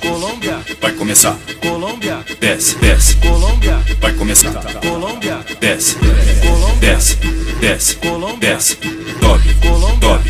Colômbia, Vai começar. Colômbia, Desce, desce. Colômbia, Vai começar. Colômbia, Desce, Colômbia, desce, desce, Colômbia, desce. Dobe, Colômbia,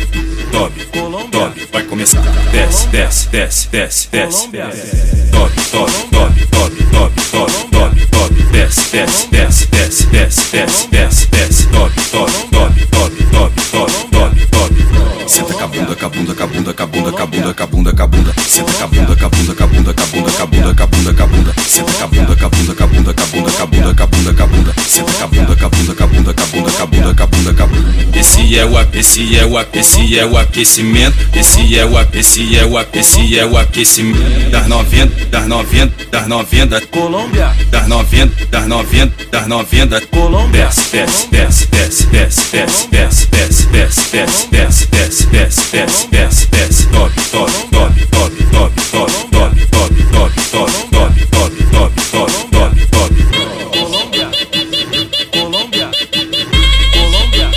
dobe, dobe, Colômbia, dobe. Vai começar. Desce, desce, desce, desce, desce, Colômbia. desce. Dobe, dobe, dobe, dobe, dobe, dobe, dobe, dobe. Desce, desce, desce, desce, desce, desce, desce, desce. Dobe, dobe, dobe, dobe, dobe, dobe, dobe, dobe. Senta com a bunda, com a bunda, com a bunda, com a bunda, com a bunda, com a bunda, com a bunda. Senta com a bunda, com a bunda, com a bunda, com a bunda, com a bunda, com a bunda, com a bunda. Senta com a bunda, com a bunda, com a bunda, com a bunda, com a bunda, com a bunda, com a bunda. Senta com a bunda, com a bunda, com a bunda, com a bunda, com a bunda, com a bunda, com a bunda. Esse é o, a- esse é o, a- esse é o aquecimento. Esse é o, a- esse é o, a- esse é o aquecimento das 90, das 90, das 90, Colômbia, das 90, das 90, das 90. Colômbia, Desce, desce, desce, desce, desce, desce, desce, desce, desce, desce, desce, desce, desce, desce, desce, desce, dobe, dobe, dobe, dobe, dobe, dobe, dobe, dobe, dobe, dobe, dobe, dobe, dobe, dobe, dobe, dobe. Colômbia, Colômbia, Colômbia,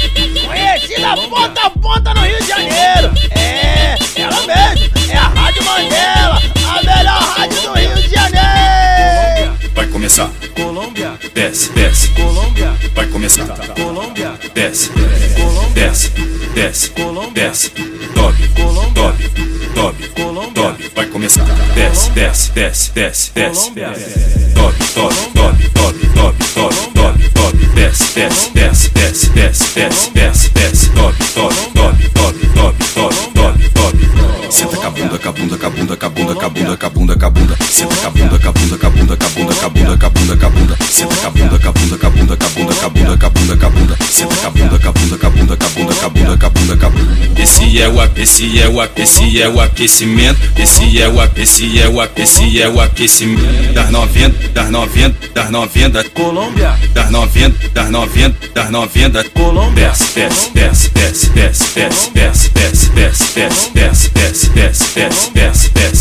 Conhecida ponta a ponta no Rio de Janeiro. É, ela mesmo. É a Rádio Mandela, a melhor rádio do Rio de Janeiro. Vai começar, Colômbia, desce, desce, Colômbia, vai começar, Colômbia, desce, Colômbia, desce, desce, desce, dobe, dobe, dobe, Colômbia, Dobe, vai começar. Desce, desce, desce, desce, desce, desce. Dobe, dobe, dobe, dobe, dobe, dobe, dobe, dobe. Desce, desce, desce, desce, desce, desce, desce, desce. Dobe, dobe, dobe, dobe, dobe, dobe, dobe, dobe. Senta com a bunda, com a bunda, com a bunda, com a bunda, com a bunda, com a bunda, com a bunda. Senta com a bunda, com a bunda, com a bunda, com a bunda, com a bunda, com a bunda, com a bunda. Senta com a bunda, com a bunda, com a bunda, com a bunda, com a bunda, com a bunda, com a bunda. Senta com a bunda, com a bunda, com a bunda, com a bunda, com a bunda, com a bunda, com a bunda. Esse é o, a- esse é o, a- esse é o aquecimento. Esse é o, a- esse é o, a- esse é o aquecimento das 90, das 90, das 90, Colômbia, das 90, das 90, das 90. Colômbia, Desce, desce, desce, desce, desce, desce, desce, desce, desce, desce, desce, desce, desce, desce, desce, desce, É,